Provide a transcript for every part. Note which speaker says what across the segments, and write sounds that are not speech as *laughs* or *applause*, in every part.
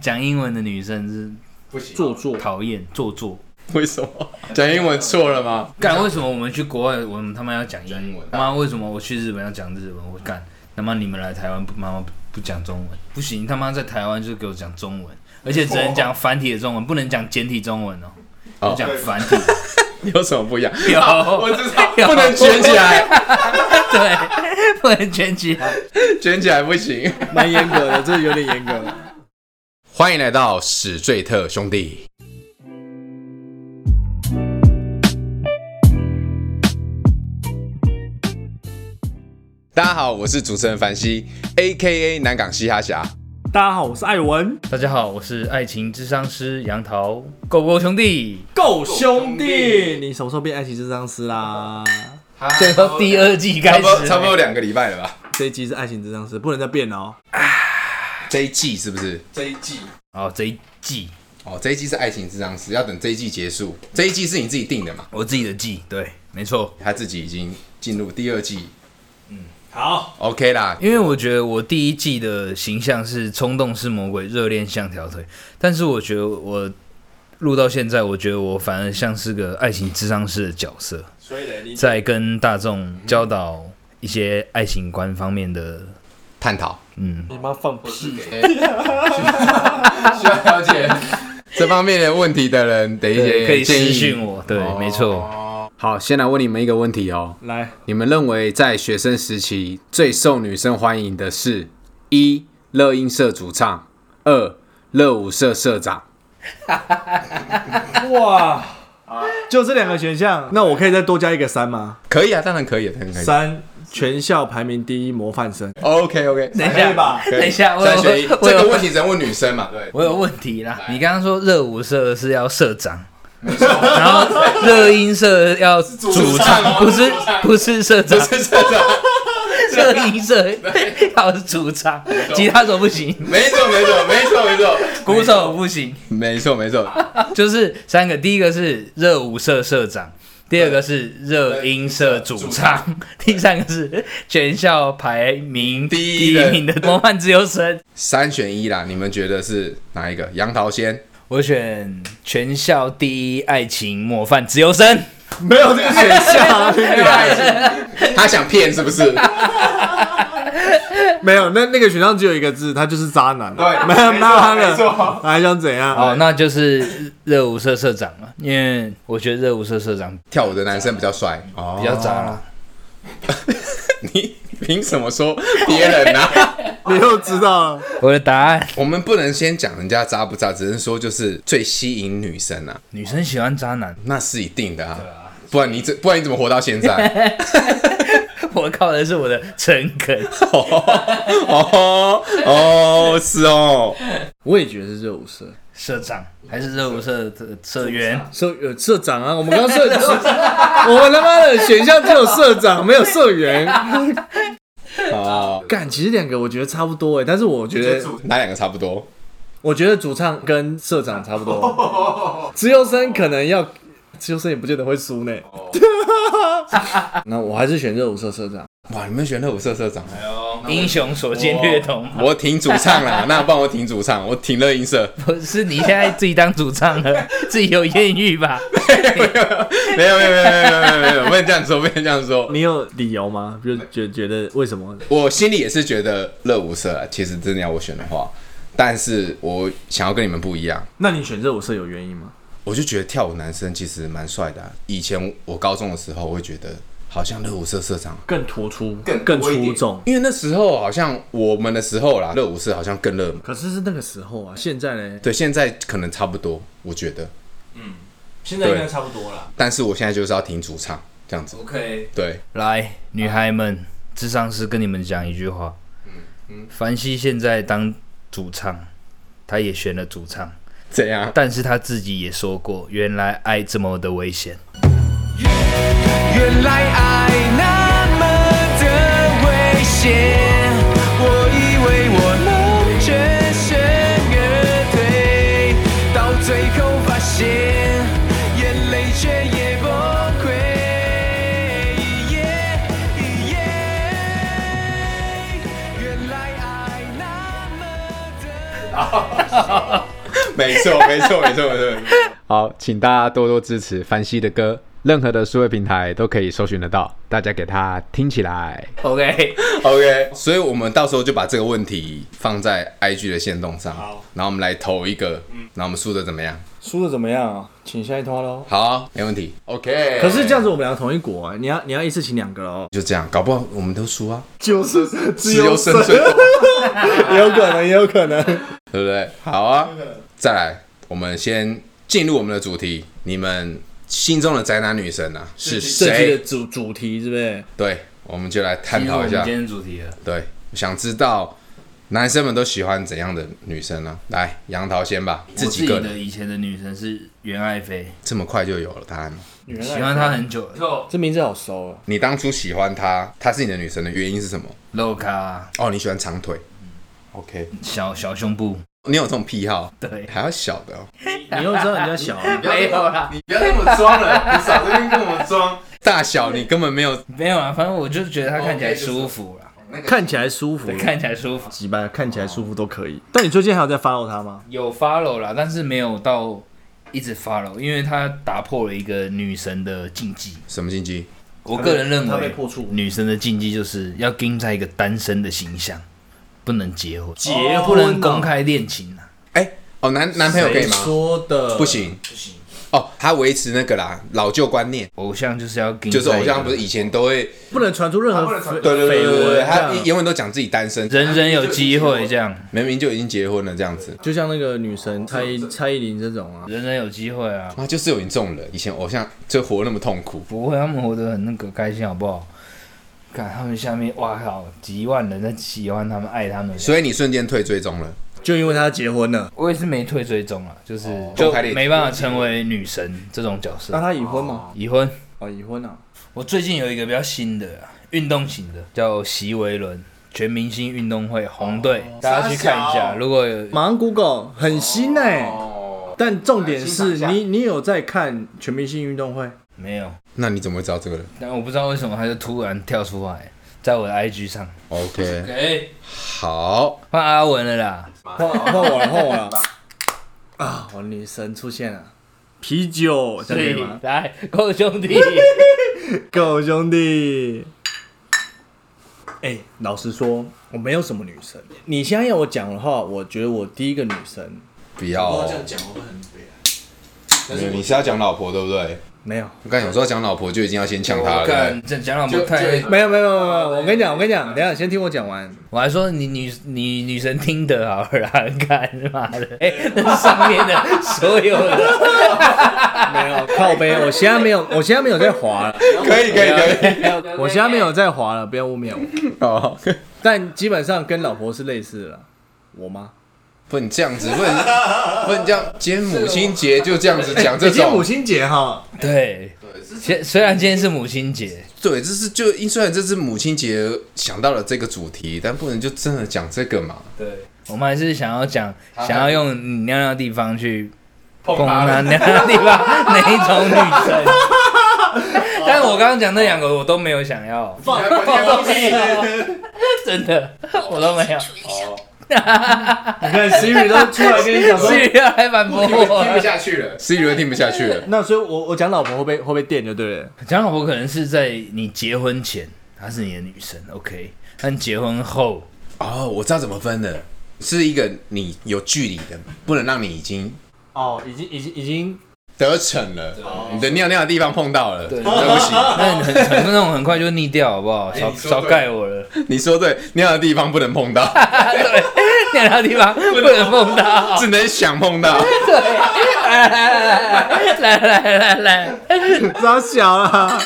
Speaker 1: 讲英文的女生是
Speaker 2: 不行，
Speaker 3: 做作，
Speaker 1: 讨厌做作。
Speaker 4: *laughs* 为什么讲英文错了吗？
Speaker 1: 干为什么我们去国外，我们他妈要讲
Speaker 2: 讲
Speaker 1: 英
Speaker 2: 英文
Speaker 4: 啊
Speaker 1: 妈为什么我去日本要讲日文？我干他妈你们来台湾不妈妈不不讲中文？不行，他妈在台湾就给我讲中文，而且只能讲繁体的中文，不能讲简体中文哦。
Speaker 4: *laughs* 哦
Speaker 1: 就讲繁体，
Speaker 4: 有什么不一 *laughs* 样？
Speaker 1: 有
Speaker 2: 我知道，
Speaker 4: 不能卷起来，
Speaker 1: *laughs*
Speaker 4: *laughs*
Speaker 1: 对，不能卷起来。
Speaker 4: 卷起来不行。
Speaker 3: 蛮严格的，这有点严格了。
Speaker 4: *laughs* 欢迎来到史最特兄弟。大家好，我是主持人凡西，A.K.A 南港嘻哈侠。
Speaker 3: *laughs* 大家好，我是艾文，
Speaker 1: 大家好，我是爱情智商师杨桃，狗狗兄弟，
Speaker 3: 够兄
Speaker 2: 兄弟
Speaker 3: 弟，你什么时候变爱情智商师啦？
Speaker 1: 这到 *laughs* 第二季
Speaker 4: 差
Speaker 1: 开
Speaker 4: 不多
Speaker 1: 始，
Speaker 4: 差不多两个礼拜了吧？
Speaker 3: 这一集是爱情智商师，不能再变了哦。
Speaker 4: 这一季是不是？
Speaker 2: 这一季
Speaker 1: 哦，这一季
Speaker 4: 哦，这一季是爱情智障师，要等这一季结束。这一季是你自己定的嘛？
Speaker 1: 我自己的季，对，没错。
Speaker 4: 他自己已经进入第二季
Speaker 2: 好，
Speaker 4: ，OK 啦。
Speaker 1: 因为我觉得我第一季的形象是冲动是魔鬼，热恋像条腿，但是我觉得我录到现在，我觉得我反而像是个爱情智商师的角色，
Speaker 2: 所以呢，你
Speaker 1: 在跟大众教导一些爱情观方面的，
Speaker 4: 探讨
Speaker 1: 嗯，
Speaker 3: 你妈放屁！
Speaker 2: 是给
Speaker 4: 需要了解这方面的问题的人，得一些
Speaker 1: 可以
Speaker 4: 建
Speaker 1: 私
Speaker 4: 议
Speaker 1: 讯我，对，没错，
Speaker 5: 好，先来问你们一个问题哦。
Speaker 3: 来，
Speaker 5: 你们认为在学生时期最受女生欢迎的是：一、乐音社主唱；二、乐舞社社长。
Speaker 3: 哇，就这两个选项，那我可以再多加一个三吗？
Speaker 4: 可以啊，当然可以，当然可以。
Speaker 3: 三，全校排名第一模范生。
Speaker 4: OK OK，
Speaker 2: 哎
Speaker 1: 等一下
Speaker 3: 吧
Speaker 1: 等一下，我
Speaker 4: 三选一，
Speaker 1: 有我
Speaker 4: 这个
Speaker 1: 有
Speaker 4: 问题只能问女生嘛？对，
Speaker 1: 我有问题啦，你刚刚说热舞社是要社长。然后热音社要主唱，不是不是社长，
Speaker 4: 是这种，
Speaker 1: 这音色要主唱，吉他手不行，
Speaker 4: 没错没错没错没错
Speaker 1: 鼓手不行，
Speaker 4: 没错没错，
Speaker 1: *laughs* 就是三个。第一个是热舞社社长，第二个是热音社主唱，第三个是全校排名
Speaker 4: 第一
Speaker 1: 第一
Speaker 4: 人
Speaker 1: 名的模范自由生。
Speaker 4: 三选一啦，你们觉得是哪一个？杨桃先，
Speaker 1: 我选全校第一爱情模范自由生，
Speaker 3: 没有这个选项，
Speaker 4: 他想骗是不是？
Speaker 3: 没有，那那个选项只有一个字，他就是渣男。
Speaker 2: 哎
Speaker 3: *laughs*
Speaker 2: 对
Speaker 3: 没有，
Speaker 2: 没错
Speaker 3: 那他
Speaker 2: 没错
Speaker 3: 的，还想怎样？
Speaker 1: 哦，那就是热舞社社长了，因为我觉得热舞社社长
Speaker 4: 跳舞的男生比较帅哦，
Speaker 1: 比较渣啦。
Speaker 4: 你凭什么说别人呢、啊？
Speaker 3: 你又知道了，
Speaker 1: 我的答案，
Speaker 4: 我们不能先讲人家渣不渣，只能说就是最吸引女生啊，
Speaker 1: 女生喜欢渣男，
Speaker 4: 那是一定的啊。不然你怎不然你怎么活到现在？
Speaker 1: 我靠的是我的诚恳。
Speaker 4: 哦哦是哦，
Speaker 3: 我也觉得是热舞社
Speaker 1: 社长还是热舞社的社员？
Speaker 3: 社呃社长啊，我们刚社，我们他妈的选项只有社长，没有社员。
Speaker 4: 哦，
Speaker 3: 干，其实两个我觉得差不多哎，但是我觉得，
Speaker 4: 哪两个差不多？
Speaker 3: 我觉得主唱跟社长差不多， *laughs* 自由生可能要，自由生也不见得会输呢。那我还是选热舞社社长。
Speaker 4: 哇，你们选乐舞社社长，
Speaker 1: 英雄所见略同嘛，
Speaker 4: 我挺主唱啦，那帮我挺主唱，我挺乐音社，
Speaker 1: 不是你现在自己当主唱了， *laughs* 自己有艳遇吧？
Speaker 4: 没有没有没有没有没有没有，不能这样说，不能这样说。
Speaker 3: 你有理由吗？就觉觉得为什么？
Speaker 4: 我心里也是觉得乐舞社啦，其实真的要我选的话，但是我想要跟你们不一样，
Speaker 3: 那你选热舞社有原因吗？
Speaker 4: 我就觉得跳舞男生其实蛮帅的啊、以前我高中的时候，我会觉得好像热舞社社长，啊
Speaker 3: 更突出，
Speaker 2: 更
Speaker 3: 更
Speaker 2: 多一
Speaker 3: 出
Speaker 2: 点
Speaker 3: 众。
Speaker 4: 因为那时候好像我们的时候啦，热舞社好像更热门。
Speaker 3: 可是是那个时候啊，现在呢？
Speaker 4: 对，现在可能差不多，我觉得。
Speaker 3: 现
Speaker 4: 在应该
Speaker 3: 差不多了。
Speaker 4: 但是我现在就是要听主唱这样子。
Speaker 1: OK，
Speaker 4: 对，
Speaker 1: 来，女孩们，智商师跟你们讲一句话。
Speaker 4: 嗯
Speaker 1: 凡西现在当主唱，他也选了主唱，
Speaker 4: 怎样？
Speaker 1: 但是他自己也说过，原来爱这么的危险。
Speaker 6: 原来爱那么的危险，我以为我能全身而退，到最后发现眼泪却也崩溃。原来爱那么的。
Speaker 4: 没错，没错，没错，没错。没错
Speaker 5: 好，请大家多多支持凡西的歌，任何的数位平台都可以搜寻得到，大家给他听起来。
Speaker 1: OK，
Speaker 4: OK，所以我们到时候就把这个问题放在 IG 的线动上，然后我们来投一个，
Speaker 5: 嗯
Speaker 4: 然后我们输的怎么样？
Speaker 3: 输的怎么样啊？请下一通喽。
Speaker 4: 好啊、没问题。OK，
Speaker 3: 可是这样子，我们俩同一国、啊，你要你要一次请两个哦。
Speaker 4: 就这样，搞不好我们都输啊，
Speaker 3: 就是自
Speaker 4: 自由生最多，
Speaker 3: *laughs* 也有可能，也有可能。
Speaker 4: 对不对？好啊，再来，我们先进入我们的主题，你们心中的宅男女神啊是
Speaker 3: 这期的
Speaker 4: 谁？
Speaker 3: 主主题是不是？
Speaker 4: 对，我们就来探
Speaker 1: 进入我
Speaker 4: 讨一
Speaker 1: 们
Speaker 4: 下
Speaker 1: 今。天的主题了。
Speaker 4: 对，想知道男生们都喜欢怎样的女生呢、来，杨桃先吧，
Speaker 1: 我
Speaker 4: 自
Speaker 1: 自
Speaker 4: 己
Speaker 1: 己
Speaker 4: 个
Speaker 1: 的
Speaker 4: 人
Speaker 1: 以前的女神是袁爱妃，
Speaker 4: 这么快就有了答案了。
Speaker 1: 喜欢她很久了。
Speaker 3: 这名字好熟啊。
Speaker 4: 你当初喜欢她，她是你的女神的原因是什么？
Speaker 1: 肉咖，
Speaker 4: 哦，你喜欢长腿。OK，
Speaker 1: 嗯小小胸部，
Speaker 4: 你有这种癖好，
Speaker 1: 对，
Speaker 4: 还要小的哦。
Speaker 3: 你又知道人家小、 *laughs* 啊，
Speaker 1: 没有啦，
Speaker 4: 你不要这么装了，你少这边跟我装。大小你根本没有，
Speaker 1: 没有啦，啊反正我就觉得
Speaker 4: 哦
Speaker 1: 她看起来舒服啦，
Speaker 3: 看起来舒服，
Speaker 1: 对，看起来舒服。
Speaker 3: 几班看起来舒服都可以。但你最近还有在 follow 他吗？
Speaker 1: 有 follow 啦，但是没有到一直 follow，因为她打破了一个女神的禁忌。
Speaker 4: 什么禁忌？
Speaker 1: 我个人认
Speaker 3: 她被
Speaker 1: 为
Speaker 3: 破处，
Speaker 1: 女神的禁忌就是要盯在一个单身的形象，不能结婚，
Speaker 3: 结
Speaker 4: 啊
Speaker 3: 婚哦
Speaker 1: 不能公开恋情啊。
Speaker 4: 哎、哦，男男朋友可以
Speaker 3: 谁
Speaker 4: 吗？
Speaker 3: 说的
Speaker 4: 不，行，不行。哦，他维持那个啦，老旧观念，
Speaker 1: 偶像就是要盯在
Speaker 4: 就
Speaker 1: 一
Speaker 4: 是
Speaker 1: 个，
Speaker 4: 偶像不是以前都会，
Speaker 3: 啊不能传出任何绯
Speaker 4: 对对对对对
Speaker 3: 绯
Speaker 4: 对，
Speaker 3: 闻。
Speaker 4: 他
Speaker 3: 这样
Speaker 4: 永远都讲自己单身，
Speaker 1: 人人有机会这样，
Speaker 4: 明明就已经结婚了这样子。
Speaker 3: 就像那个女神蔡依蔡依林这种啊，
Speaker 1: 人人有机会啊。
Speaker 4: 啊，就是有你这种人，以前偶像就活那么痛苦，
Speaker 1: 不会，他们活得很那个开心，好不好？看他们下面，哇靠，几万人在喜欢他们、爱他们。
Speaker 4: 所以你瞬间退追踪了。
Speaker 3: 就因为她结婚了。
Speaker 1: 我也是没退追踪啊，就是、
Speaker 4: 哦公
Speaker 1: 就
Speaker 4: 开恋情
Speaker 1: 没办法成为女神这种角色。
Speaker 3: 那她已婚吗？
Speaker 1: 已婚，
Speaker 3: 哦，已婚啊。
Speaker 1: 我最近有一个比较新的、啊、运动型的，叫席维伦全明星运动会红队，大家去看一下。如果有
Speaker 3: 马上 Google 很新哎、但重点是你你有在看全明星运动会？
Speaker 1: 没有，
Speaker 4: 那你怎么会知道这个人
Speaker 1: 但我不知道为什么他就突然跳出来，在我的 IG 上。
Speaker 4: ？OK，
Speaker 3: *laughs*
Speaker 1: 哎、
Speaker 4: 好，
Speaker 1: 换阿文了啦，
Speaker 3: 换换我了，换我了。啊，我女神出现了，啤酒，这样可以吗？
Speaker 1: 来，够兄 *laughs* 弟，
Speaker 3: 狗兄弟。哎、老实说，我没有什么女神。你现在要我讲的话，我觉得我第一个女神
Speaker 4: 不要哦、
Speaker 2: 讲我会很悲哀。
Speaker 4: 没有你是要讲老婆对不对？
Speaker 3: 没有，
Speaker 4: 我刚才有时候讲老婆就已经要先抢她了
Speaker 1: 我
Speaker 4: 对不对
Speaker 1: 看。这讲老婆太，
Speaker 3: 没有，没有，没有，没有。我跟你讲，我跟你讲，等一下先听我讲完。
Speaker 1: 我还说你女你女神听得好了啦，看妈的， *laughs* 哎、那上面的所有的，
Speaker 3: 没有靠背，我现在没有，我现在没有在滑了，
Speaker 4: 可以可以可以。
Speaker 3: 我现在没有在滑了，不要污蔑我。
Speaker 4: 哦，
Speaker 3: 但基本上跟老婆是类似的啦。我妈，
Speaker 4: 不能这样子，不能不能这样。今天母亲节就这样子讲这
Speaker 3: 今天
Speaker 4: 种
Speaker 3: 哎母，亲节哈，
Speaker 1: 对，虽虽然今天是母亲节，
Speaker 4: 对，这是就因虽然这是母亲节想到了这个主题，但不能就真的讲这个嘛。
Speaker 1: 我们还是想要讲，
Speaker 4: 好
Speaker 1: 想要用你尿尿的地方去碰 *laughs* 他尿尿的地方哪一种女 *laughs* 生。但我刚刚讲那两个我都没有想要， *laughs* 真的我都没有。
Speaker 3: 你看 Siri 都出来跟你讲说，
Speaker 1: 是要来反 *laughs* 驳我，
Speaker 4: 下去了，C 轮听不下去了。
Speaker 3: 那所以我我讲老婆会被会被电就对了。
Speaker 1: 蒋老婆可能是在你结婚前她是你的女神，OK，但结婚后
Speaker 4: 哦，我知道怎么分了，是一个你有距离的，不能让你已经
Speaker 3: 哦，已经已经已经 *laughs*
Speaker 4: 得逞了，你的尿尿的地方碰到了，对不行，
Speaker 1: 那你很很那种很快就腻掉，好不好？少少盖我了，
Speaker 4: *laughs*
Speaker 1: *laughs*
Speaker 4: 你说对，尿的地方不能
Speaker 3: *laughs*
Speaker 4: 碰到，
Speaker 1: 尿尿的地方不能碰到。
Speaker 4: 只能想碰到。
Speaker 1: 来来 *laughs* 来来来来。
Speaker 3: 长小了。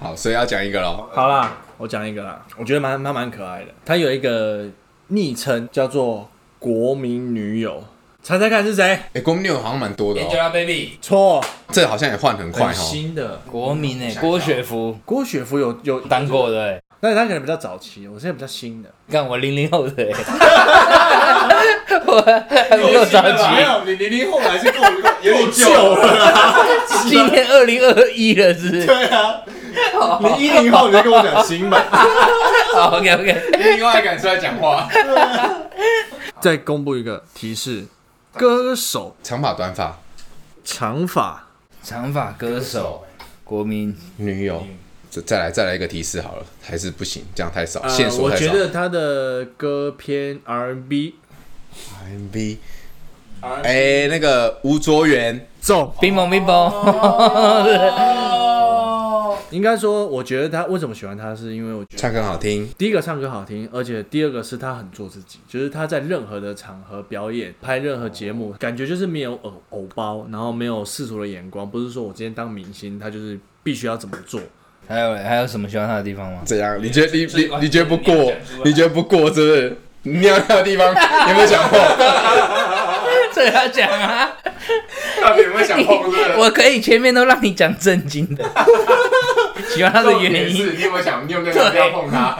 Speaker 4: 好，所以要讲一个喽。
Speaker 3: 好啦，我讲一个啦，我觉得蛮蛮蛮可爱的。她有一个昵称叫做“国民女友”，猜猜看是谁？
Speaker 4: 哎、国民女友好像蛮多的哦，
Speaker 1: Baby，
Speaker 3: 错，
Speaker 4: 这个好像也换很快
Speaker 3: 哎很
Speaker 4: 哦。
Speaker 3: 新的
Speaker 1: 国民诶、郭雪芙
Speaker 3: 郭雪芙有有，
Speaker 1: 当过的、欸，
Speaker 3: 但是她可能比较早期，我现在比较新的。
Speaker 1: 看我零零后的、欸，我还不够着急，
Speaker 2: 有，你你你后来是够够有
Speaker 3: 旧了，
Speaker 1: 今天二零二一了，是不是？
Speaker 2: 对啊，
Speaker 3: 你一零后你就跟我讲新版，
Speaker 1: 好，OK OK，
Speaker 3: *laughs*
Speaker 4: 另外敢出来讲话，
Speaker 3: 再公布一个提示：歌手
Speaker 4: 长发短发
Speaker 3: 长发
Speaker 1: 长发歌手，国民
Speaker 4: 女友，再再来再来一个提示好了，还是不行，这样太少，
Speaker 3: 呃
Speaker 4: 线索
Speaker 3: 我
Speaker 4: 太
Speaker 3: 觉
Speaker 4: 少。
Speaker 3: 得他的歌偏 R&B，
Speaker 4: MV，哎，那个吴卓源，
Speaker 3: 重。
Speaker 1: 冰雹冰 *laughs* 雹，
Speaker 3: 应该说，我觉得他为什么喜欢他，是因为我觉得
Speaker 4: 唱歌好听，
Speaker 3: 第一个唱歌好听，而且第二个是他很做自己，就是他在任何的场合表演、拍任何节目，感觉就是没有偶偶包，然后没有世俗的眼光，不是说我今天当明星，他就是必须要怎么做。
Speaker 1: 还有还有什么喜欢他的地方吗？
Speaker 4: 怎样？你觉得你你你觉得不过？你觉得不过是不是？你尿尿的地方 *laughs* 有没有想过？
Speaker 1: 这要讲啊，
Speaker 2: 到底有没有想碰这个？
Speaker 1: 我可以前面都让你讲正经的，喜欢他的原因。
Speaker 4: 你有没有想，你有没有想不要碰他？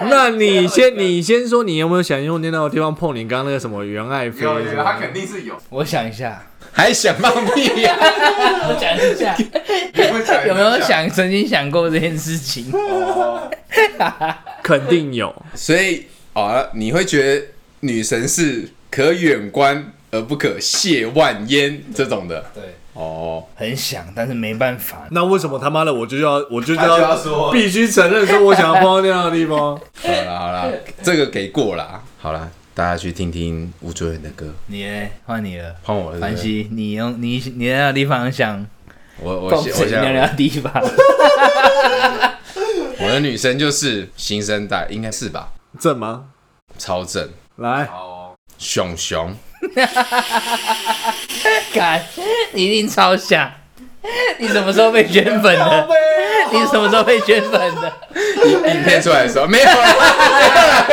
Speaker 3: *laughs* 那你先，你先说，你有没有想用电到的地方碰你刚刚那个什么袁爱妃？
Speaker 4: 定是有，
Speaker 1: 我想一下，
Speaker 4: 啊还想啊放屁呀？
Speaker 1: 我想一下，有没有想曾经想过这件事情？
Speaker 3: 肯定有。
Speaker 4: 所以啊，你会觉得女神是可远观而不可亵玩焉这种的
Speaker 1: 对，
Speaker 4: 哦。
Speaker 1: 很想，但是没办法。
Speaker 3: 那为什么他妈的我就要我就
Speaker 2: 他就要说
Speaker 3: 必须承认说我想要碰到那样的地方？
Speaker 4: 好啦好啦，这个给过啦。好啦，大家去听听吴卓源的歌，
Speaker 1: 你嘞，换你了，
Speaker 4: 换我了。
Speaker 1: 凡
Speaker 4: 对
Speaker 1: 西，你用你你那个地方想
Speaker 4: 不对我我
Speaker 1: 逛
Speaker 4: 先
Speaker 1: 谁
Speaker 4: 我
Speaker 1: 尿尿
Speaker 4: 先
Speaker 1: 的地方？ *laughs*
Speaker 4: 我的女神就是新生代，应该是吧？
Speaker 3: 正吗？
Speaker 4: 超正，
Speaker 3: 来，
Speaker 5: *laughs*
Speaker 4: 熊熊，
Speaker 1: 敢，你一定超想。你什么时候被圈粉的？你什么时候被圈粉的？
Speaker 4: 影片出来的时候没
Speaker 5: *laughs*
Speaker 4: 有啦，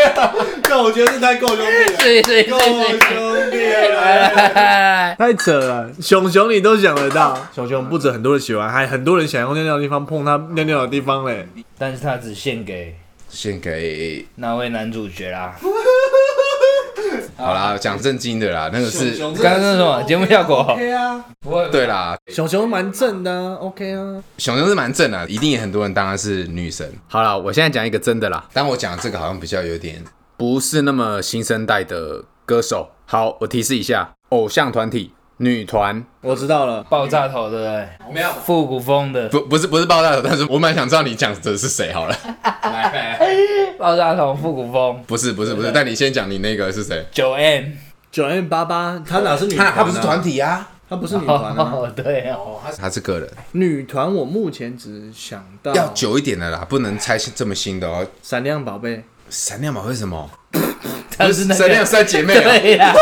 Speaker 2: 但我觉得这太够兄弟了，
Speaker 1: 对对对
Speaker 2: 够
Speaker 1: 对，
Speaker 2: 兄弟了。
Speaker 3: 太扯了，熊熊你都想得到，熊熊不止很多人喜欢，还很多人想用尿尿的地方碰他尿尿的地方嘞。
Speaker 1: *laughs* 但是他只献给
Speaker 4: 献给
Speaker 1: 那位男主角啦。
Speaker 4: 好啦，讲正经的啦，那个是
Speaker 2: 熊
Speaker 1: 刚刚那是什么节目效果？
Speaker 2: 对啊，
Speaker 4: 对啦，
Speaker 3: 哦熊熊蛮正的、啊、，OK 啊。
Speaker 4: 熊熊是蛮正的，一定也很多人当她是女神。
Speaker 5: 好了，我现在讲一个真的啦，
Speaker 4: 但我讲的这个好像比较有点
Speaker 5: 不是那么新生代的歌手。好，我提示一下，偶像团体女团，
Speaker 3: 我知道了，
Speaker 1: 爆炸头的，
Speaker 2: 没有，
Speaker 1: 复古风的
Speaker 4: 不不是不是爆炸头，但是我蛮想知道你讲的是谁好了。 *laughs*
Speaker 1: 爆炸头复古风
Speaker 4: 不是不是不是，但你先讲你那个是谁？
Speaker 1: 九 M。
Speaker 3: 九 M 八八，他哪是女团、啊？
Speaker 4: 体啊，
Speaker 3: 他不是女团 *laughs* 啊。
Speaker 1: 哦，对哦，
Speaker 4: 他是个人，
Speaker 3: 女团我目前只想到
Speaker 4: 要久一点的啦，不能拆这么新的哦。
Speaker 3: 闪亮宝贝，
Speaker 4: 闪亮宝为什么？
Speaker 1: 他是那
Speaker 4: 闪亮
Speaker 1: 个。
Speaker 4: 三姐妹啊，
Speaker 1: *laughs* 对呀，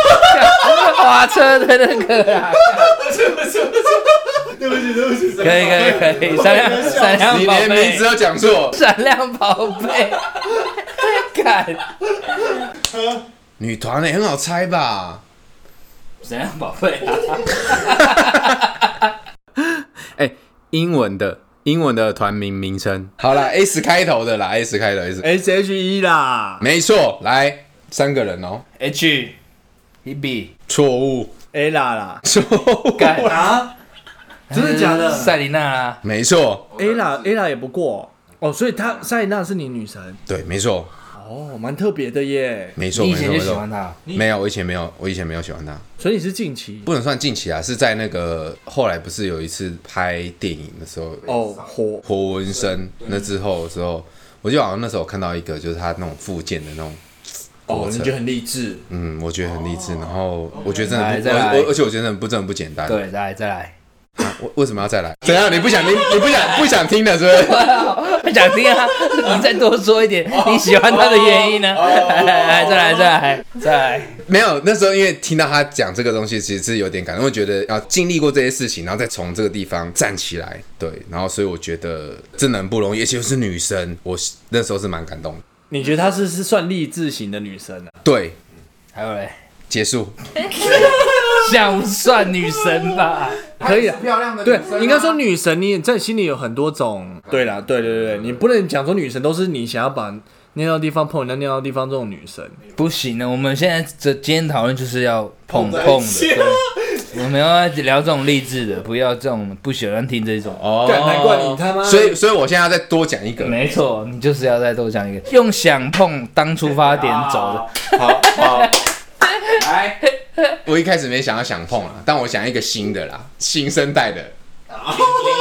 Speaker 1: 滑车的那个啊，
Speaker 2: 对不起，对不起，
Speaker 1: 可以可以可以，闪亮闪亮
Speaker 4: 你
Speaker 1: 宝
Speaker 4: 连名
Speaker 1: 贝
Speaker 4: 字，都讲错。
Speaker 1: 闪亮宝贝，看
Speaker 4: 女团也很好猜吧？
Speaker 1: 闪亮宝贝啊，
Speaker 5: 哎、英文的英文的团名名称，
Speaker 4: 好啦 s 开头的啦，S 开头 S，
Speaker 3: S H E 啦
Speaker 4: 没错，来三个人哦。
Speaker 1: H E B，
Speaker 4: 错误，
Speaker 3: ，A 啦啦，
Speaker 4: 错误，
Speaker 1: 干
Speaker 3: 啊，真的假的
Speaker 1: 赛琳娜啊，
Speaker 4: 没错，
Speaker 3: ？A 啦 A 啦也不过哦，所以她塞娜是你女神
Speaker 4: 对，没错，
Speaker 3: 哦，蛮特别的耶。
Speaker 4: 没错，
Speaker 1: 你以
Speaker 4: 没
Speaker 1: 前
Speaker 4: 错，没
Speaker 1: 就喜欢
Speaker 4: 错。
Speaker 1: 他，
Speaker 4: 没有，我以前没有，我以前没有喜欢他。
Speaker 3: 所以你是近期
Speaker 4: 不能算近期啊，是在那个后来不是有一次拍电影的时候，
Speaker 3: 哦火
Speaker 4: 火纹身那之后的时候，我就好像那时候看到一个就是他那种附件的那种，
Speaker 3: 哦，
Speaker 4: 我
Speaker 3: 你
Speaker 4: 操
Speaker 3: 就很励志。
Speaker 4: 嗯，我觉得很励志。然后我觉得真
Speaker 1: 来
Speaker 4: 的
Speaker 1: 再
Speaker 4: 不，
Speaker 1: 来
Speaker 4: 而而且我觉得真的不真的不简单。
Speaker 1: 对，再来再来，
Speaker 4: 啊，为为什么要再来？怎样？你不想听？你不想不想听的是不是？
Speaker 1: 想听啊，你再多说一点，你喜欢他的原因呢？来来再来再来再来，
Speaker 4: 没有，那时候因为听到他讲这个东西，其实是有点感动。我觉得要经历过这些事情，然后再从这个地方站起来，对。然后所以我觉得真的很不容易，而且又是女生，我是那时候是蛮感动的。
Speaker 3: 你觉得她是是算励志型的女生啊？
Speaker 4: 对，
Speaker 1: 还有嘞，
Speaker 4: 结束。
Speaker 1: 像不算女神吧？
Speaker 3: 可以啊，
Speaker 2: 漂亮的
Speaker 3: 对，应该说女神，你也在心里有很多种。对啦，对对对，你不能讲说女神都是你想要把尿到地方碰人家尿到地方这种女神。
Speaker 1: 不行的，我们现在这今天讨论就是要碰碰的，对我们要聊这种励志的，不要这种不喜欢听这种。
Speaker 4: 哦
Speaker 3: 干难怪你他妈
Speaker 4: 所以，所以我现在要再多讲一个。
Speaker 1: 没错，你
Speaker 3: *laughs*
Speaker 1: 就是要再多讲一个，用想碰当出发点走的。
Speaker 4: 好，好，我一开始没想要想碰了，但我想一个新的啦，新生代的。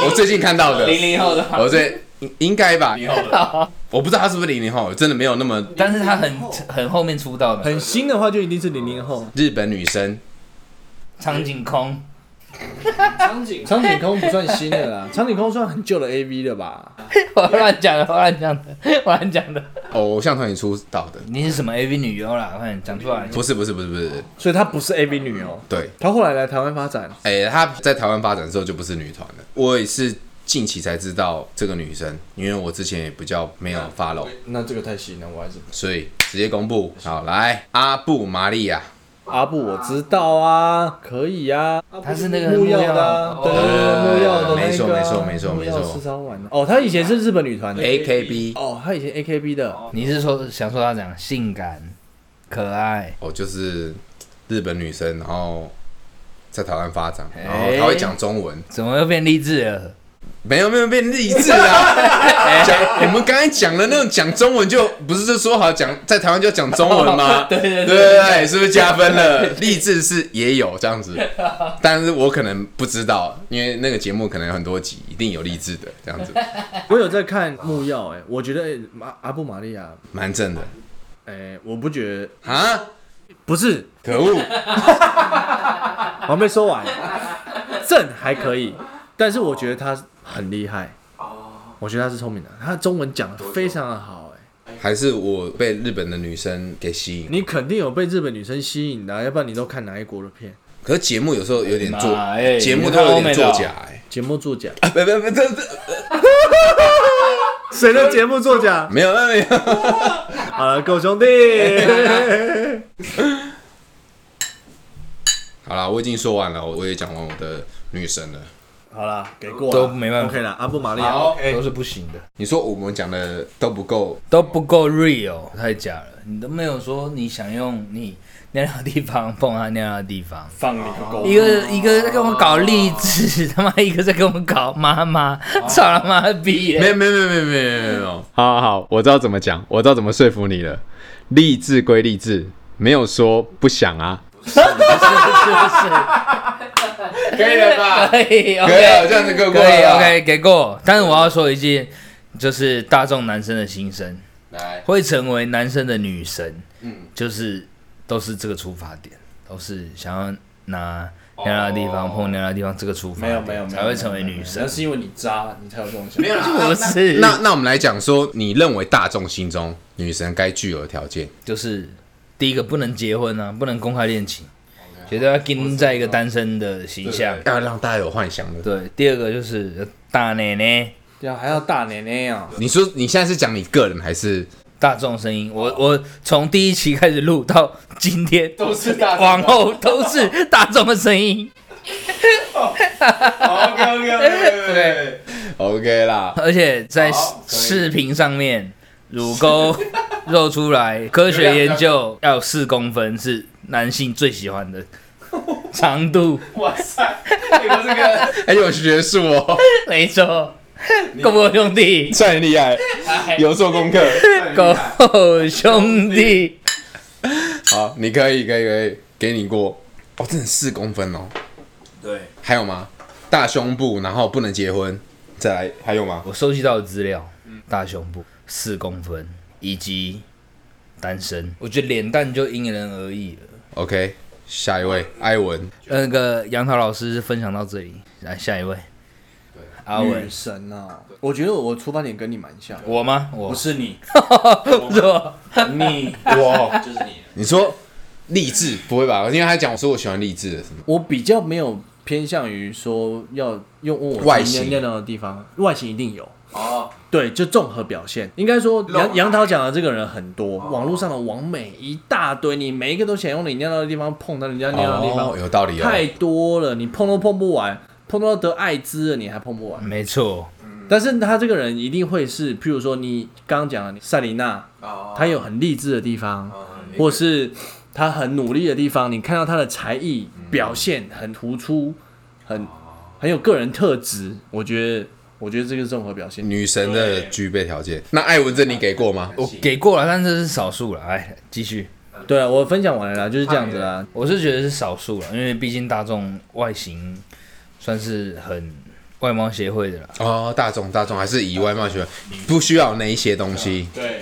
Speaker 4: 我最近看到的，
Speaker 1: 零零后的话，
Speaker 4: 我最应应该吧，我不知道他是不是零零后，真的没有那么
Speaker 1: 但是他很很后面出道的，
Speaker 3: 很新的话就一定是零零 *laughs* 后。
Speaker 4: 日本女生。
Speaker 1: 苍井空， *laughs*
Speaker 2: 场景
Speaker 3: *laughs* 苍井空不算新的啦，苍井空算很旧的 AV 了吧？
Speaker 1: 我乱讲的，我乱讲的，我乱讲的。
Speaker 4: 偶像团体出道的，
Speaker 1: 你是什么 AV 女优啦？快点讲出来。
Speaker 4: 不是不是不是不是，
Speaker 3: 所以她不是 AV 女哦。
Speaker 4: 对，
Speaker 3: 她后来来台湾发展，
Speaker 4: 哎、她在台湾发展之后就不是女团了。我也是近期才知道这个女生，因为我之前也比较没有 follow，
Speaker 3: 那这个太新了，我还是不
Speaker 4: 所以直接公布。好，来阿布玛利亚，
Speaker 3: 阿布我知道啊，可以啊，
Speaker 1: 他是那个
Speaker 3: 木
Speaker 1: 木
Speaker 3: 曜
Speaker 1: 曜
Speaker 3: 的啊，对
Speaker 1: 对
Speaker 3: 对对对，木曜的那个啊，
Speaker 4: 没错没错没错没错
Speaker 3: 木曜四三晚的哦，她以前是日本女团的
Speaker 4: AKB
Speaker 3: 哦，她以前 AKB 的，
Speaker 1: 你是说想说他怎样性感、可爱？
Speaker 4: 哦，就是日本女生，然后在台湾发展，
Speaker 1: 哎
Speaker 4: 然后她会讲中文，
Speaker 1: 怎么又变励志了？
Speaker 4: 没有没有变励志 *laughs* 啊！讲我们刚才讲的那种讲中文就不是就说好讲在台湾就要讲中文吗？ *laughs* 对对对对，是不是加分了？励志是也有这样子， *laughs* 但是我可能不知道，因为那个节目可能有很多集，一定有励志的这样子，
Speaker 3: 我有在看木曜，哎，我觉得哎马阿布玛利亚，
Speaker 4: 蛮正的
Speaker 3: 哎，我不觉得
Speaker 4: 啊！
Speaker 3: 不是，
Speaker 4: 可恶，
Speaker 3: 我还没说 *laughs* 完，正还可以，但是我觉得他很厉害。我觉得他是聪明的，他中文讲的非常的好、哎，
Speaker 4: 还是我被日本的女生给吸引，
Speaker 3: 你肯定有被日本女生吸引的啊、要不然你都看哪一国的片？
Speaker 4: 可是节目有时候有点作
Speaker 1: 妈哎，
Speaker 4: 节目都有点作假哎、 *laughs*
Speaker 3: 节目作假，
Speaker 4: 不不不，这这
Speaker 3: 谁的节目作 *laughs* 假？
Speaker 4: 没有没有， *laughs*
Speaker 3: 好了，狗兄弟，
Speaker 4: 好啦，我已经说完了，我我也讲完我的女神了。
Speaker 3: *laughs* 好了，给过啦
Speaker 1: 都没办法
Speaker 3: OK 了，阿布玛利亚
Speaker 4: 好
Speaker 3: OK，
Speaker 1: 都是不行的，
Speaker 4: 你说我们讲的都不够，
Speaker 1: 都不够 real，太假了。你都没有说你想用你 *laughs* 尿尿的地方碰他尿尿的地方。
Speaker 3: 放你个狗
Speaker 1: 一个一个在跟我搞励志，他妈一个在跟我搞妈妈，
Speaker 4: 哦
Speaker 1: 操他妈的逼
Speaker 4: 没
Speaker 1: 嘞！
Speaker 4: 有没有没有没有没有没有没有，
Speaker 5: 好好好，我知道怎么讲，我知道怎么说服你了。励志归励志，没有说不想啊。
Speaker 4: 可以了吧？
Speaker 1: *laughs* 可以
Speaker 4: 可以了，
Speaker 1: ，OK，
Speaker 4: 这样子够
Speaker 1: 可
Speaker 4: 过了啊
Speaker 1: 以
Speaker 4: 吧
Speaker 1: ，OK，给过。但是我要说一件，就是大众男生的心声，
Speaker 4: 来，
Speaker 1: 会成为男生的女神，就是都是这个出发点，都是想要拿尿尿的地方碰尿尿的地方这个出发
Speaker 3: 没有没有
Speaker 1: 点，
Speaker 3: 没
Speaker 1: 才
Speaker 3: 有
Speaker 1: 会成为女
Speaker 3: 那
Speaker 1: 神。
Speaker 3: 是因为你渣，你才有这种想法。
Speaker 1: 不是，
Speaker 4: 那那我们来讲说，你认为大众心中女神该具有的条件，
Speaker 1: 就是第一个不能结婚啊，不能公开恋情，觉得要跟在一个单身的形象。
Speaker 4: 要让大家有幻想的。
Speaker 1: 对，第二个就是大奶奶、
Speaker 3: 要啊还要大奶奶啊！
Speaker 4: 你说你现在是讲你个人还是？
Speaker 1: 大众声音。我我从第一期开始录到今天，
Speaker 2: 都是大
Speaker 1: 往后都是大众的声音，
Speaker 2: OK OK OK，
Speaker 4: OK 啦，
Speaker 1: *laughs* 而且在
Speaker 2: 好可以
Speaker 1: 视频上面，乳 *laughs* 沟露出来，科学研究要有四公分是男性最喜欢 *laughs* 的长度，
Speaker 2: 哇塞，你们这个
Speaker 4: 哎、有学术
Speaker 5: *laughs*
Speaker 4: 哦，
Speaker 1: 没错，够不够兄弟？
Speaker 4: 算很厉 *laughs* 害，有做功课。
Speaker 1: 够 *laughs* 不够兄弟。
Speaker 4: 好，你可以可以可以，给你过。哦，真的四公分哦。
Speaker 2: 对，
Speaker 4: 还有吗？大胸部，然后不能结婚，再来还有吗？
Speaker 1: 我收集到的资料，大胸部四公分，以及单身。我觉得脸蛋就因人而异了。呃
Speaker 4: OK，下一位，艾文，
Speaker 1: 那个杨桃老师分享到这里，来下一位，阿文
Speaker 3: 女，神啊！我觉得我出发点跟你蛮像，
Speaker 1: 我吗？我
Speaker 3: 不是你， *laughs*
Speaker 1: 不是我，
Speaker 3: 你
Speaker 4: 哇，
Speaker 2: 就是你，
Speaker 4: 你说励志不会吧？因为他讲我说我喜欢励志的什么，
Speaker 3: 我比较没有偏向于说要用问我
Speaker 4: 外形
Speaker 3: 尿尿的地方，外形一定有。
Speaker 2: 哦，
Speaker 3: 对，就综合表现，应该说杨杨桃讲的这个人很多，网络上的网美一大堆，你每一个都想用你尿到的地方碰到人家尿到的地方，
Speaker 4: 哦，有道理
Speaker 3: 太
Speaker 4: 哦。
Speaker 3: 多了，你碰都碰不完，碰到得艾滋了你还碰不完。
Speaker 1: *laughs* 没错，
Speaker 3: 但是他这个人一定会是，譬如说你刚刚讲的塞琳娜，
Speaker 2: 哦
Speaker 3: 她有很励志的地方，
Speaker 2: 嗯
Speaker 3: 或是他很努力的地方，你看到他的才艺表现很突出，很很有个人特质，我觉得，我觉得这个是综合表现。
Speaker 4: 女神的具备条件，那艾文这你给过吗？
Speaker 1: 我给过了，但这是少数了。来，继续，
Speaker 3: 对啊，我分享完了啦，就是这样子啦。
Speaker 1: 我是觉得是少数了，因为毕竟大众外形算是很外貌协会的啦。
Speaker 4: 哦，大众大众还是以外貌学，不需要那一些东西。
Speaker 2: 对，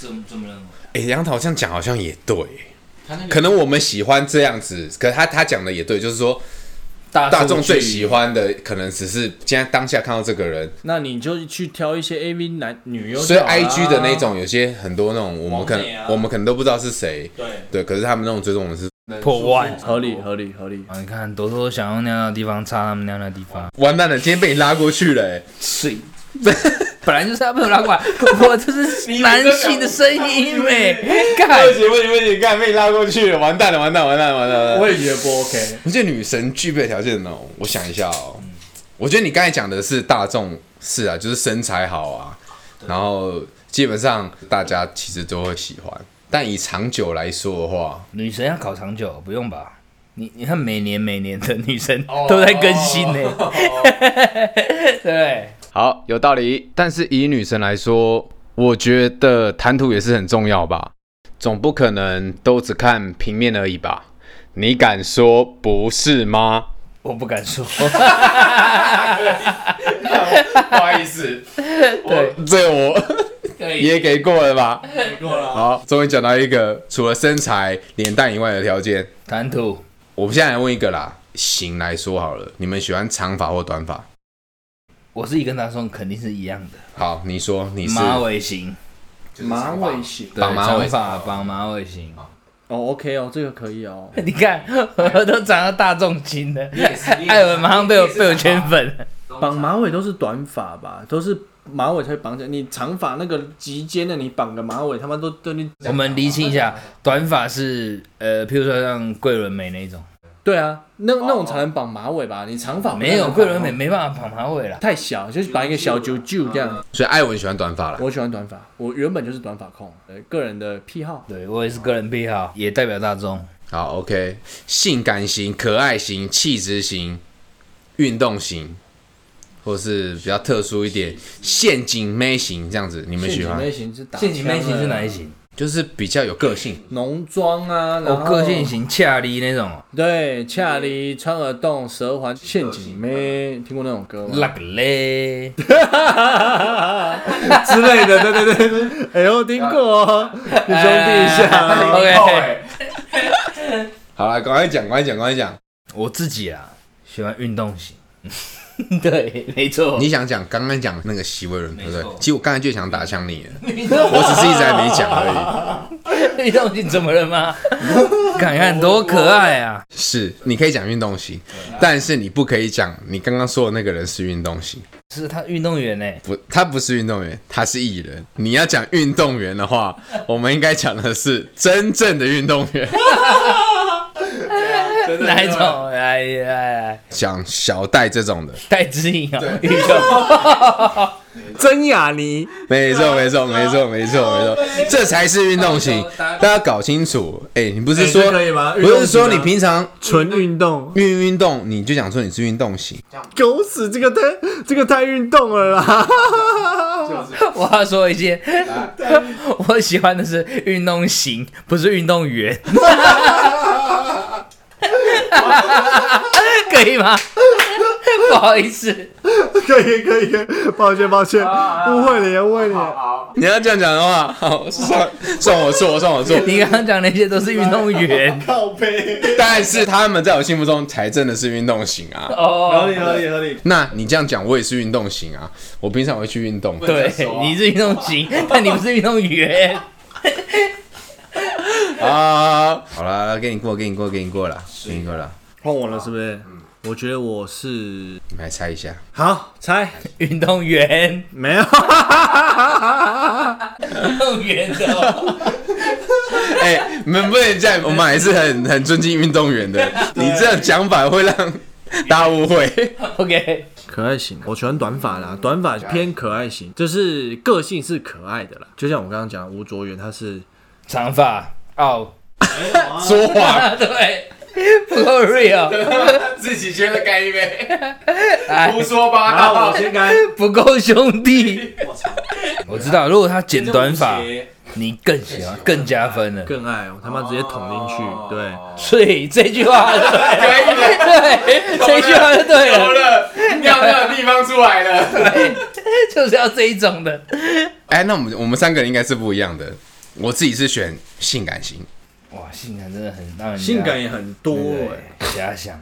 Speaker 1: 这这么认为？
Speaker 4: 哎、杨桃这样讲好像也对，
Speaker 2: 他那个
Speaker 4: 可能我们喜欢这样子，可是他他讲的也对，就是说
Speaker 1: 大
Speaker 4: 大众最喜欢的可能只是现在当下看到这个人，
Speaker 3: 那你就去挑一些 AV 男女优、
Speaker 4: 所以 I G 的那。种有些很多那种我们可
Speaker 2: 网美
Speaker 4: 能、
Speaker 2: 啊
Speaker 4: 我们可能都不知道是谁，
Speaker 2: 对
Speaker 4: 对，可是他们那种追踪我们是
Speaker 1: 破万
Speaker 3: 合理合理合理，
Speaker 1: 啊！你看，朵朵想要尿尿的地方擦他们尿尿的地方，
Speaker 4: 完蛋了，今天被你拉过去了、欸，
Speaker 1: 水。本来就是他没有拉过来，我就是男性的声音呗。干
Speaker 4: 不，行不行不行，干被拉过去了，完蛋了完蛋了完蛋了完蛋了。
Speaker 3: 我也觉得不 OK。
Speaker 4: 你觉得女神具备的条件呢？我想一下哦，我觉得你刚才讲的是大众是啊，就是身材好啊，然后基本上大家其实都会喜欢。但以长久来说的话，
Speaker 1: 女神要考长久，不用吧？你你看，每年每年的女神都在更新呢、对，
Speaker 5: 好，有道理。但是以女神来说，我觉得谈吐也是很重要吧，总不可能都只看平面而已吧？你敢说不是吗？
Speaker 1: 我不敢说，
Speaker 4: 不好
Speaker 3: *laughs*
Speaker 4: 意思，我这个我也给过了吧？
Speaker 2: 过了。
Speaker 4: 好，终于讲到一个除了身材、脸蛋以外的条件，
Speaker 1: 谈吐
Speaker 4: 我们现在来问一个啦，型来说好了，你们喜欢长发或短发？
Speaker 1: 我自己跟大众肯定是一样的，
Speaker 4: 好，你说你是
Speaker 1: 马尾型，
Speaker 3: 马尾型
Speaker 1: 对
Speaker 4: 绑马尾
Speaker 1: 长发绑马尾型。
Speaker 3: 哦，OK 哦，这个可以哦。
Speaker 1: *laughs* 你看，我都长到大众型的， *laughs* 艾文马上被我被我圈 *laughs* 粉了。
Speaker 3: 绑马尾都是短发吧，都是马尾才绑起来。你长发那个及肩的，你绑个马尾，他妈都对你。
Speaker 1: 我们厘清一下，短发是呃，譬如说像桂纶镁那种，
Speaker 3: 对啊，那那种才能绑马尾吧？你长发不
Speaker 1: 没有
Speaker 3: 能绑
Speaker 1: 桂纶镁哦没办法绑马尾啦。
Speaker 3: 太小，就是绑一个小揪揪这
Speaker 1: 嗯
Speaker 3: 样。
Speaker 4: 所以艾文喜欢短发啦。
Speaker 3: 我喜欢短发，我原本就是短发控，呃，个人的癖好。
Speaker 1: 对我也是个人癖好，也代表大众。
Speaker 4: 好，OK，性感型、可爱型、气质型、运动型，或是比较特殊一点陷阱妹型这样子，你们喜欢
Speaker 3: 类？型是打
Speaker 1: 陷阱妹型是哪一
Speaker 3: 些？
Speaker 1: 型？
Speaker 4: 就是比较有个性，
Speaker 3: 浓妆啊，然
Speaker 1: 哦，
Speaker 3: 后
Speaker 1: 个性型恰力那种哦，
Speaker 3: 对，恰梨、穿耳洞、蛇环、陷阱妹，听过那种歌吗？
Speaker 1: 那个 *laughs* 嘞，
Speaker 3: 之类的，对对对对，哎呦，听过哦，你兄弟一
Speaker 1: *laughs*
Speaker 3: 下。
Speaker 1: 哎 OK，
Speaker 4: 好了，赶快讲，赶快讲，赶快讲。
Speaker 1: 我自己啊喜欢运动型， *laughs* 对，没错，
Speaker 4: 你想讲刚刚讲那个席威伦，对不对
Speaker 1: 没错？
Speaker 4: 其实我刚才就想打
Speaker 1: *laughs*
Speaker 4: 枪你了，我只是一直还没讲而已。
Speaker 1: 运动型怎么了吗？看看多可爱啊！
Speaker 4: 是，你可以讲运动型，但是你不可以讲你刚刚说的那个人是运动型，
Speaker 1: 是他运动员呢，
Speaker 4: 不，他不是运动员，他是艺人。你要讲运动员的话，我们应该讲的是真正的运动员，
Speaker 1: 哪一种？哎呀，哎
Speaker 4: 讲小戴这种的。
Speaker 1: 戴之颖啊，运动
Speaker 3: 真雅尼，
Speaker 4: 没错，没错，没错，没错，没错，这才是运动型，大家搞清楚。哎，你不是说
Speaker 3: 哎这可以吗
Speaker 4: 不
Speaker 3: 运动
Speaker 4: 是说
Speaker 3: 型啊
Speaker 4: 你平常
Speaker 3: 纯运动，
Speaker 4: 运运动，你就讲说你是运动型，
Speaker 3: 狗屎，这个太这个太运动了啦。 *laughs*
Speaker 1: 我要说一些，我喜欢的是运动型，不是运动员，可以吗？不好意思。
Speaker 3: 可以可以可以，抱歉抱歉，误会你误会你。
Speaker 4: 你要这样讲的话，好，算算我错，算我错。
Speaker 1: 你刚刚讲那些都是运动员
Speaker 4: 但是他们在我心目中才真的是运动型啊。
Speaker 3: 合
Speaker 1: 哦，
Speaker 3: 理合理合理，
Speaker 4: 那你这样讲，我也是运动型啊，我平常会去运动。
Speaker 1: 对，你是运动型，但你不是运动员。
Speaker 4: 啊，好啦，给你过，给你过，给你过了，给你过了，
Speaker 3: 换我了是不是？我觉得我是
Speaker 4: 你们来猜一下，
Speaker 3: 好猜
Speaker 1: 运动员，
Speaker 3: 没有。
Speaker 1: 运动员的哦，
Speaker 4: 哎、你们不能这样，我们还是很很尊敬运动员的，你这样讲法会让大家误会。
Speaker 1: OK，
Speaker 3: 可爱型，我喜欢短发啦，短发偏可爱型，就是个性是可爱的啦。就像我刚刚讲的吴卓源，他是
Speaker 1: 长发哦，
Speaker 3: 哎
Speaker 4: 说话
Speaker 1: *laughs* 对，不够 *laughs* real，
Speaker 4: 自己觉得该 *laughs* 呗，
Speaker 1: 哎
Speaker 4: 胡说八
Speaker 3: 啊，我先该
Speaker 1: 不够兄弟。我知道，如果他剪短发，你更喜欢，更加分了。
Speaker 3: 更爱，我他妈直接捅进去，对，
Speaker 1: 所以这句
Speaker 3: *laughs*
Speaker 1: 话对了，对，这句话就对
Speaker 4: 好
Speaker 1: 了，
Speaker 4: 了，尿尿的地方出来了。
Speaker 1: *laughs* 就是要这一种的。
Speaker 4: *laughs* 哎，那我们我们三个人应该是不一样的。我自己是选性感型。
Speaker 1: 哇，性感真的很让人家
Speaker 3: 性感也很多哎、
Speaker 1: 对遐想。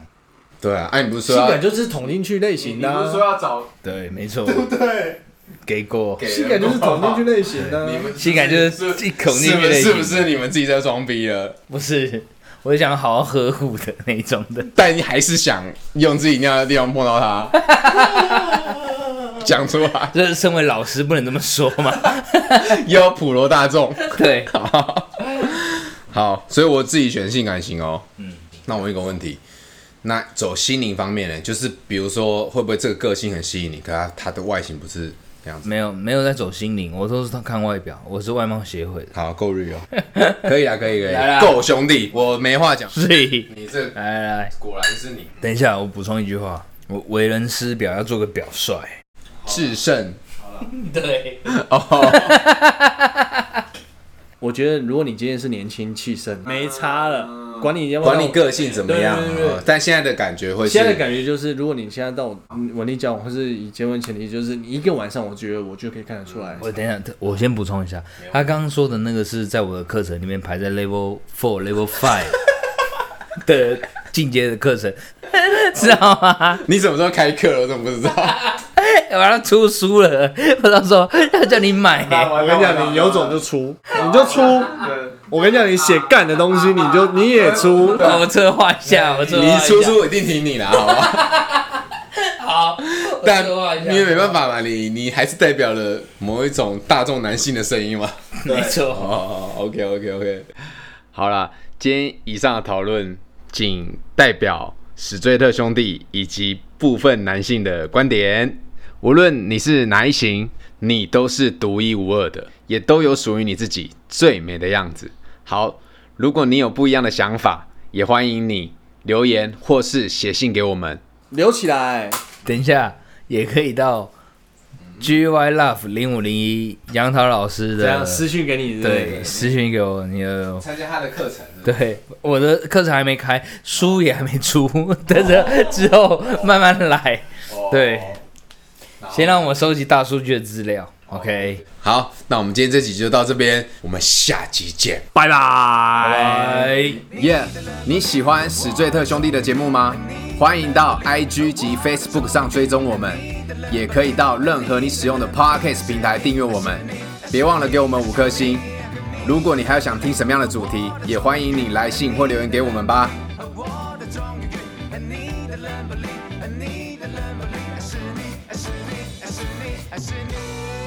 Speaker 4: 对啊，哎，你不是说
Speaker 3: 性
Speaker 4: 要
Speaker 3: 感就是捅进去类型
Speaker 2: 你
Speaker 3: 的、
Speaker 2: 不是说
Speaker 3: 啊，
Speaker 2: 要找
Speaker 1: 对，没错，
Speaker 2: 对？
Speaker 1: 给过。
Speaker 3: 性感就是捅进去类型的、
Speaker 4: 你
Speaker 3: 啊。
Speaker 4: 们
Speaker 1: 性感就是一口
Speaker 4: 是
Speaker 1: 进
Speaker 4: 不
Speaker 1: 去
Speaker 4: 是
Speaker 1: 类
Speaker 4: 是
Speaker 1: 型
Speaker 4: 不是你们自己在装逼了？
Speaker 1: 不是，我想好好呵护的那一种的。 *laughs*
Speaker 4: 但你还是想用自己尿的地方碰到
Speaker 3: *laughs*
Speaker 4: 他，讲出来，
Speaker 1: 这身为老师不能这么说
Speaker 3: *laughs*
Speaker 1: 嘛？
Speaker 4: 要普罗大众。
Speaker 1: 对，
Speaker 4: 好，所以我自己选性感型哦。嗯，那我问一个问题，那走心灵方面呢，就是比如说会不会这个个性很吸引你，可他他的外形不是这样子？
Speaker 1: 没有没有在走心灵，我都是看外表，我是外貌协会
Speaker 4: *laughs*
Speaker 1: 的。
Speaker 4: 好，够
Speaker 3: *laughs*
Speaker 4: real，可以啊，可以
Speaker 1: 来
Speaker 4: 可以，
Speaker 1: 啦
Speaker 4: 够兄弟，我没
Speaker 3: *laughs*
Speaker 4: 话讲。
Speaker 1: 所以，
Speaker 4: 你这
Speaker 1: 来来来，
Speaker 4: 果然是你
Speaker 1: 等一下，我补充一句话，我为人师表要做个表率。
Speaker 4: 制胜
Speaker 1: 对，
Speaker 4: 哦，
Speaker 3: 我觉得如果你今天是年轻气盛，没差了，管你要不要
Speaker 4: 管你个性怎么样
Speaker 3: 对对对对
Speaker 4: 哦但现在的感觉会是
Speaker 3: 现在的感觉就是，如果你现在到我嗯我跟你讲，或是以结婚前提，就是你一个晚上，我觉得我就可以看得出来。
Speaker 1: 我等一下，我先补充一下，他刚刚说的那个是在我的课程里面排在 Level Four、Level
Speaker 4: *laughs*
Speaker 1: Five 的进阶的课程， *laughs* 知道吗？
Speaker 4: 你什么时候开课了？我怎么不知道？
Speaker 1: 我要出书了，我到时候要叫你买、
Speaker 3: 我跟你讲，你有种就出，你就出。我跟你讲，你写干的东西，你就你也出。
Speaker 1: 我策划一下，我策划一
Speaker 4: 你
Speaker 1: 下。
Speaker 4: 出书我一定挺你啦，好
Speaker 1: *laughs*
Speaker 4: 不好？
Speaker 1: 好，我
Speaker 4: 但
Speaker 1: 策划一下
Speaker 4: 因为没办法嘛，你你还是代表了某一种大众男性的
Speaker 1: *laughs*
Speaker 4: 声音嘛。
Speaker 1: 没错，
Speaker 4: 哦，OK OK OK，
Speaker 5: 好啦，今天以上的讨论仅代表史最特兄弟以及部分男性的观点。无论你是哪一型，你都是独一无二的，也都有属于你自己最美的样子。好，如果你有不一样的想法，也欢迎你留言或是写信给我们。
Speaker 3: 留起来，
Speaker 1: 等一下也可以到 G Y Love 零五零一杨桃老师
Speaker 3: 这样
Speaker 1: 的
Speaker 3: 私讯给你是不是
Speaker 1: 对私信给我你的。
Speaker 4: 参加他的课程。
Speaker 1: 对，我的课程还没开，书也还没出， *laughs* 等着之后慢慢来。
Speaker 3: 哦
Speaker 1: 对，先让我收集大数据的资料。OK，
Speaker 4: 好，那我们今天这集就到这边，我们下集见。
Speaker 3: 拜拜。
Speaker 1: 拜。
Speaker 5: 耶你喜欢史最特兄弟的节目吗？欢迎到 IG 及 Facebook 上追踪我们，也可以到任何你使用的 Podcast 平台订阅我们。别忘了给我们五颗星。如果你还有想听什么样的主题，也欢迎你来信或留言给我们吧。
Speaker 6: I see me, I see me, I see me.